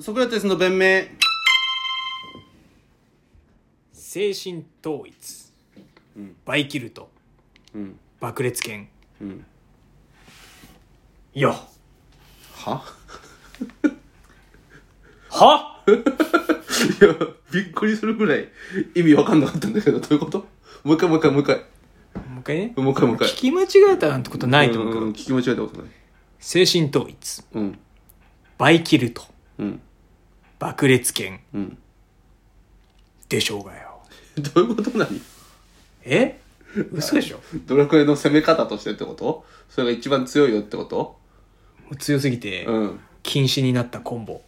ソクラテスの弁明精神統一、うんバイキルトうん爆裂剣うんよは はいやびっくりするぐらい意味わかんなかったんだけどどういうこともう一回もう一回もう一回もう一回ねもう一回もう一回聞き間違えたなんてことないと思うけど、んん聞き間違えたことない精神統一うんバイキルトうん爆裂剣うんでしょうがよどういうことなにえ嘘でしょもドラクエの攻め方としてってことそれが一番強いよってことう強すぎてうん禁止になったコンボ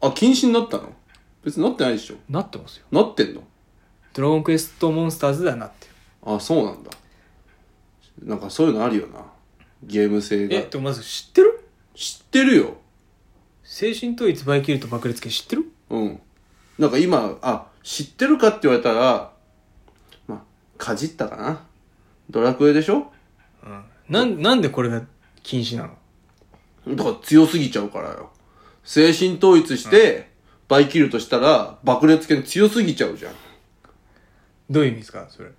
あ禁止になったの別になってないでしょなってますよなってんのドラゴンクエストモンスターズではなってるあそうなんだなんかそういうのあるよなゲーム性えがっとまず知ってる知ってるよ精神統一バイキルト爆裂剣知ってるうん。なんか今、あ、知ってるかって言われたら、まあ、かじったかな。ドラクエでしょなんなんでこれが禁止なのだから強すぎちゃうからよ。精神統一して、バイキルとしたら、爆裂剣強すぎちゃうじゃん。どういう意味ですかそれ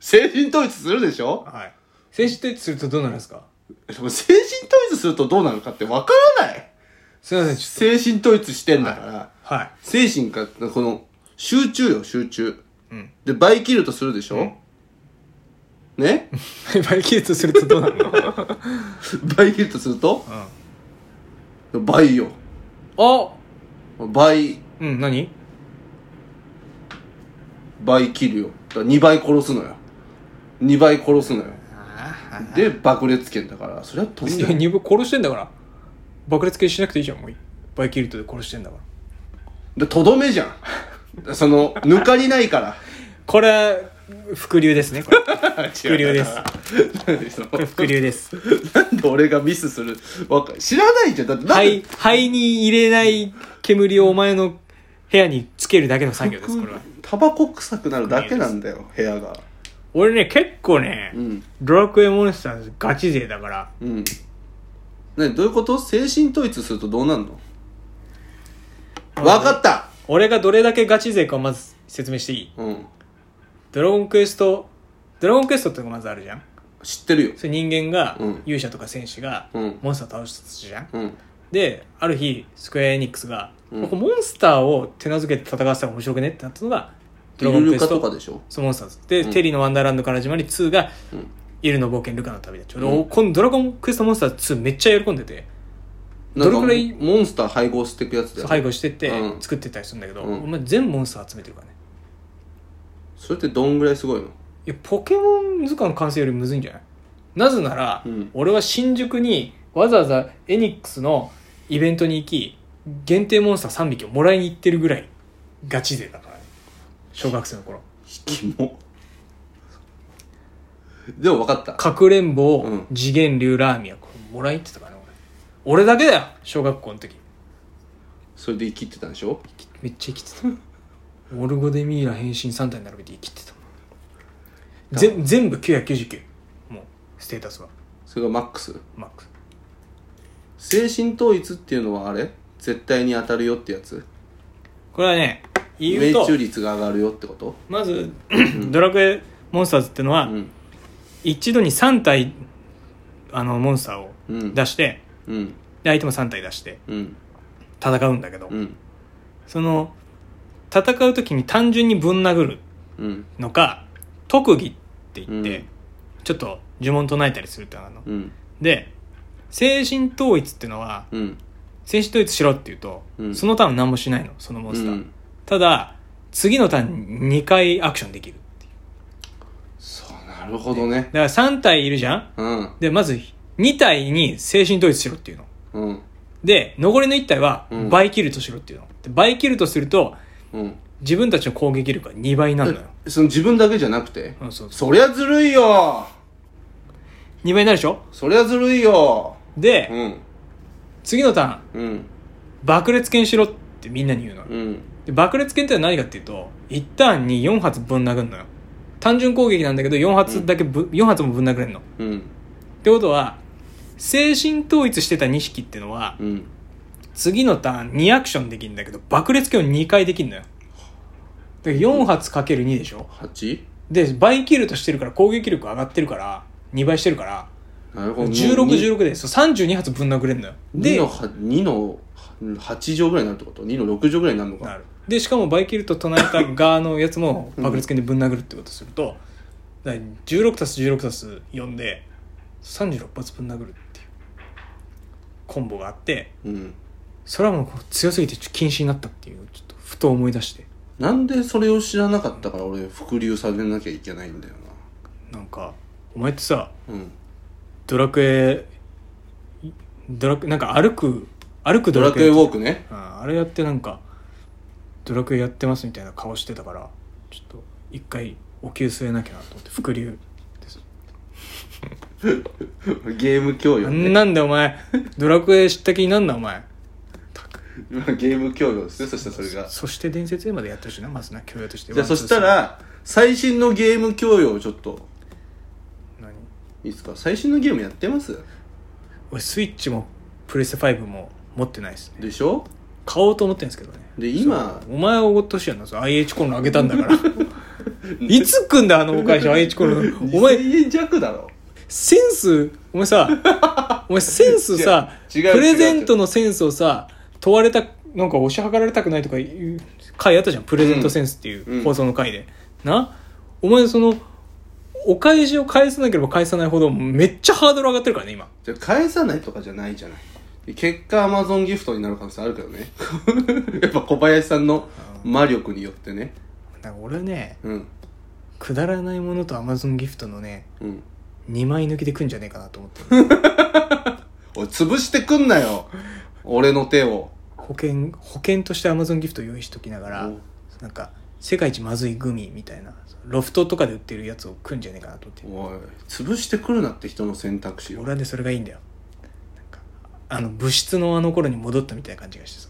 精神統一するでしょはい精神統一するとどうなるんですかでも精神統一するとどうなるかってわからない。すいませんちょっ精神統一してんだから、とはい精神か、この、集中よ、集中。うんで、バイキルとするでしょ、ね バイキルトするとどうなるのバイキルとすると、倍よ。 あ倍、うん何倍切るよ。だから2倍殺すのよ。2倍殺すのよ。で、爆裂剣だから、それは飛んいでやる。二分殺してんだから爆裂系しなくていいじゃんもうバイキルトで殺してんだからで、とどめじゃん。その、抜かりないから。これ伏流ですね これ伏流です何そのこれ伏流ですなんで俺がミスするわか知らないじゃん。だってなん肺で、肺に入れない煙をお前の部屋につけるだけの作業ですこれはタバコ臭くなるだけなんだよ、部屋が。俺ね結構ね、うん。ドラクエモンスターズガチ勢だからうん。ね、どういうこと精神統一するとどうなんのわかった俺がどれだけガチ勢かをまず説明していいうん。ドラゴンクエストドラゴンクエストってのがまずあるじゃん知ってるよ。それ人間が、うん勇者とか戦士が、うんモンスターを倒すじゃんうん。である日スクエアエニックスが、うんここモンスターを手なずけて戦わせたら面白くねってなったのがイルルカとかでしょそうモンスターズで、うんテリーのワンダーランドから始まり2が、うんイルの冒険ルカの旅だちょううんど、このドラゴンクエストモンスターズ2めっちゃ喜んでてなんかどれくらいモンスター配合していくやつだよ、配合してって、うん作ってたりするんだけど、うんお前全モンスター集めてるからねそれってどんぐらいすごいのいやポケモン図鑑の完成よりむずいんじゃないなぜなら、うん俺は新宿にわざわざエニックスのイベントに行き限定モンスター3匹をもらいに行ってるぐらいガチ勢だからね小学生の頃キモでも分かったかくれんぼうん次元流ラーミアこれもらいに行ってたからね俺俺だけだよ小学校の時それで生きてたんでしょめっちゃ生 きてたオルゴデミーラ変身3体並べて生きてたぜ全部999もうステータスはそれがマックスマックス精神統一っていうのはあれ絶対に当たるよってやつこれはね言う命と中率が上がるよってことまず ドラクエモンスターズってのは、うん一度に3体あのモンスターをうん出して、うんで相手も3体出してうん戦うんだけど、うんその戦う時に単純にぶん殴るうんのか特技って言って、うんちょっと呪文唱えたりするってのがあるの、うんで精神統一ってのはうん精神統一しろって言うと、うんそのターン何もしないのそのモンうスター、んただ次のターンに2回アクションできるそうなるほどねだから3体いるじゃんうんで、まず、2体に精神統一しろっていうの。うんで、残りの1体はうん、倍キルトしろっていうの。で、倍キルトすると、うん自分たちの攻撃力が2倍になるのよ。その自分だけじゃなくてうん、そうそう。そりゃずるいよ2倍になるでしょそりゃずるいよで、うん次のターン、うん爆裂剣しろってみんなに言ううの。んで、爆裂剣ってのは何かっていうと、1ターンに4発ぶん殴るのよ。単純攻撃なんだけど、4発だけぶ、4発もぶん殴れんの。っうんてことは、精神統一してた2匹ってのはう、ん次のターン2アクションできるんだけど爆裂強2回できるのよで4発かける2でしょ 8? で倍キルとしてるから攻撃力上がってるから2倍してるからなるほど1616でそう32発ぶん殴れんのよ2でのは2の8乗ぐらいになるってこと2の6乗ぐらいになるのなかるでしかもバイキルと唱えた側のやつも爆裂剣でぶん殴るってことすると、だから16たす16たす4で36発ぶん殴るっていうコンボがあってうんそれはもうこう強すぎてちょっと禁止になったっていうちょっとふと思い出してなんでそれを知らなかったから俺伏流されなきゃいけないんだよなんかお前ってさなうんドラクエドラクエなんか歩く歩くドドララククエエウォークねうんあれやってなんかドラクエやってますみたいな顔してたからちょっと一回お灸据えなきゃなと思って伏流です ゲーム教養 ねなんでお前ドラクエ知った気になんなお前まあゲーム教養ですねそしたらそれがそして伝説へまでやってほしいなまずな教養としてじゃあそしたら最新のゲーム教養をちょっと何いいですか最新のゲームやってます俺スイッチもプレステ5も持ってないですねでしょ買おうと思ってるんですけどねで今お前はおごってほしいやんなその IH コロナあげたんだからいつ来んだあのお会社 IH コロナお前2000円弱だろセンスお前さお前センスさ違プう違うレゼントのセンスをさ問われたなんか推し量られたくないとかいう回あったじゃんプレゼントセンスってうんういんう放送の回で、なお前そのお返しを返さなければ返さないほどめっちゃハードル上がってるからね今じゃあ返さないとかじゃないじゃないで結果アマゾンギフトになる可能性あるけどね やっぱ小林さんの魔力によってねだから俺ねうんくだらないものとアマゾンギフトのねうん2枚抜きでくんじゃねえかなと思っておい潰してくんなよ俺の手を保険保険としてアマゾンギフト用意しときながらおなんか世界一まずいグミみたいなロフトとかで売ってるやつを食うんじゃねえかなと思っおてい潰してくるなって人の選択肢を俺はねそれがいいんだよなんかあの物質のあの頃に戻ったみたいな感じがしてさ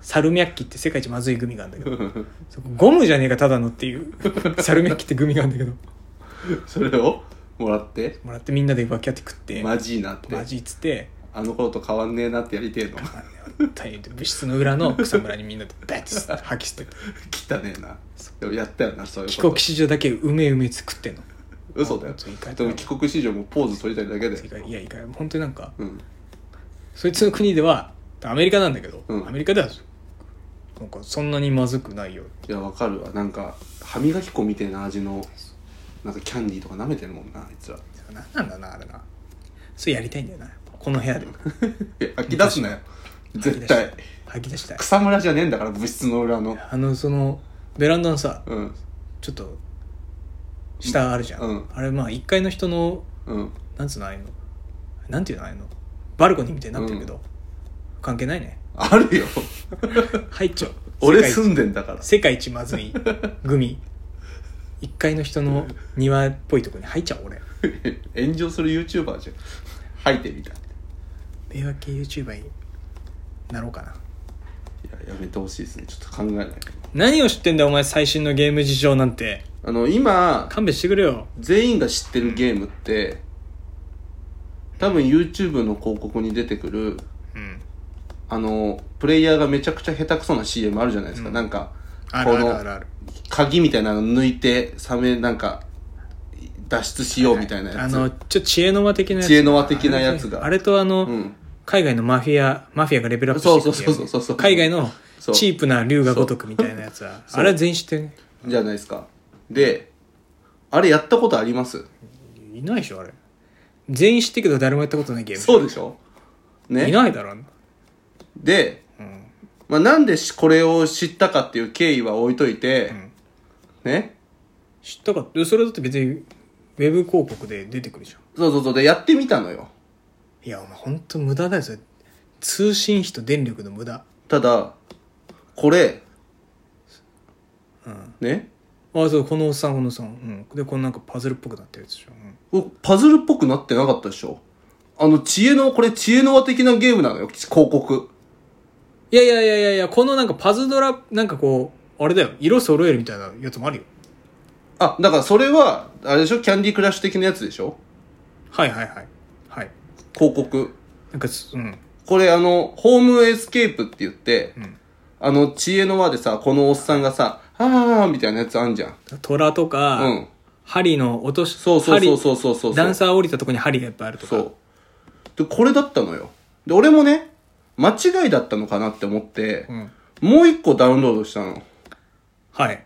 サルミャッキって世界一まずいグミがあるんだけどそこゴムじゃねえかただのっていうサルミャッキってグミがあるんだけど それをもらってもらってみんなで分け合って食ってマジいなってマジっつってあの頃と変わんねえなってやりてえの大変で物質の裏の草むらにみんなでバッツって吐き捨てて汚ねえなでもやったよなそういう帰こ国と子女だけうめうめ作ってんの嘘だよ追加でも帰国子女もポーズ取りたいだけいでやいやいや本当になんかうんそいつの国ではアメリカなんだけど、うんアメリカではなんかそんなにまずくないよいやわかるわなんか歯磨き粉みたいな味のなんかキャンディーとか舐めてるもんなあいつらなんなんだなあれなそれやりたいんだよなこの部屋でえ飽き出すなよ絶対吐き出したい草むらじゃねえんだから物質の裏のあのそのベランダのさうんちょっと下あるじゃん、うんあれまあ1階の人のうんなんつうのああいうのなんていうのああいうのバルコニーみたいになってるけど、関係ないねあるよ入っちゃう 俺世界一住んでんだから 世界一まずいグミ1階の人の庭っぽいとこに入っちゃう俺炎上する YouTuber じゃん吐いてみたい迷惑系 YouTuber になろうかないややめてほしいですねちょっと考えない何を知ってんだよお前最新のゲーム事情なんてあの今勘弁してくれよ全員が知ってるゲームって多分 YouTube の広告に出てくるうんあのプレイヤーがめちゃくちゃ下手くそな CM あるじゃないですか、なんかあこるあのるあるある鍵みたいなの抜いてサメなんか脱出しようみたいなやつ、あのちょ知恵の輪的なやつ知恵の輪的なやつがあれとあの、うん海外のマフィアマフィアがレベルアップしていくっていそうそうそうそうそう海外のそうチープな龍が如くみたいなやつはあれは全員知ってるねじゃないですかであれやったことありますいないでしょあれ全員知ってるけど誰もやったことないゲームそうでしょねいないだろあんなで、まあ、なんでしこれを知ったかっていう経緯は置いといて、ね知ったかってそれだって別にウェブ広告で出てくるじゃんそうそうそうでやってみたのよいやお前ほんと無駄だよそれ通信費と電力の無駄ただこれ、ねああそうこのおっさんこのおっさん、うん、でこのなんかパズルっぽくなってるやつでしょ、うんこれパズルっぽくなってなかったでしょあの知恵のこれ知恵の輪的なゲームなのよ広告いやいやいやいやいやこのなんかパズドラなんかこうあれだよ色揃えるみたいなやつもあるよあだからそれはあれでしょキャンディークラッシュ的なやつでしょはいはいはいはい広告なんかすうんこれあの、ホームエスケープって言って、んあの、知恵の輪でさ、このおっさんがさ、あーみたいなやつあんじゃん。虎とか、うん針の落としそうそうそう針そうそうそう。ダンサー降りたとこに針がいっぱいあるとかそう。で、これだったのよ。で、俺もね、間違いだったのかなって思って、んもう一個ダウンロードしたの。はい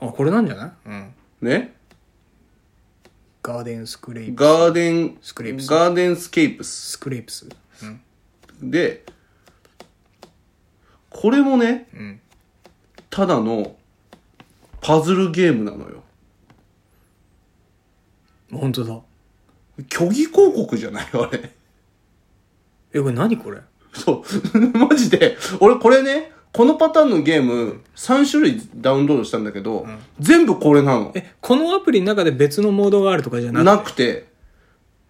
あこれなんじゃない、うん、ねガーデンスクレイプガーデン、スクレープスガーデンスケープス。スクレイプスうんで、これもね、うんただのパズルゲームなのよ。本当だ虚偽広告じゃない あれ。えこれ何これそう。 マジで、俺これね、このパターンのゲーム、3種類ダウンロードしたんだけど、全部これなの。えこのアプリの中で別のモードがあるとかじゃなくてなくて。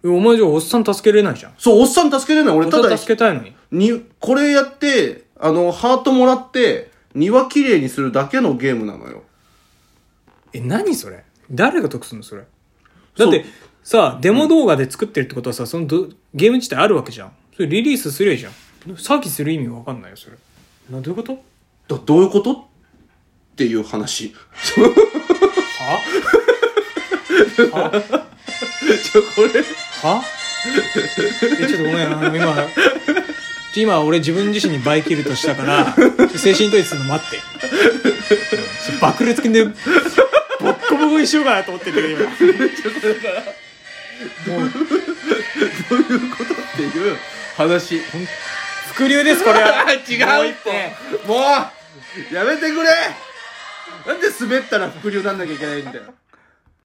えお前じゃあおっさん助けれないじゃんそう、おっさん助けてない。お俺ったさだん、助けたいのにに、これやって、あの、ハートもらって、庭きれいにするだけのゲームなのよ。え何それ誰が得するのそれだってそさデモ動画で作ってるってことはさ、そのどゲーム自体あるわけじゃんそれリリースすりゃいいじゃん詐欺する意味わかんないよそれなどういうことだどういうことっていう話。ちはょ、これ。はえちょっとごめんあの今ちょ今俺自分自身に倍切るとしたからちょっと精神統一するの待って、うんそれ爆裂剣でボッコボコにしようかなと思ってるけど今どういうことっていう話。違う伏流ですこれはもう本一もうやめてくれなんで滑ったら伏流なんなきゃいけないんだよ。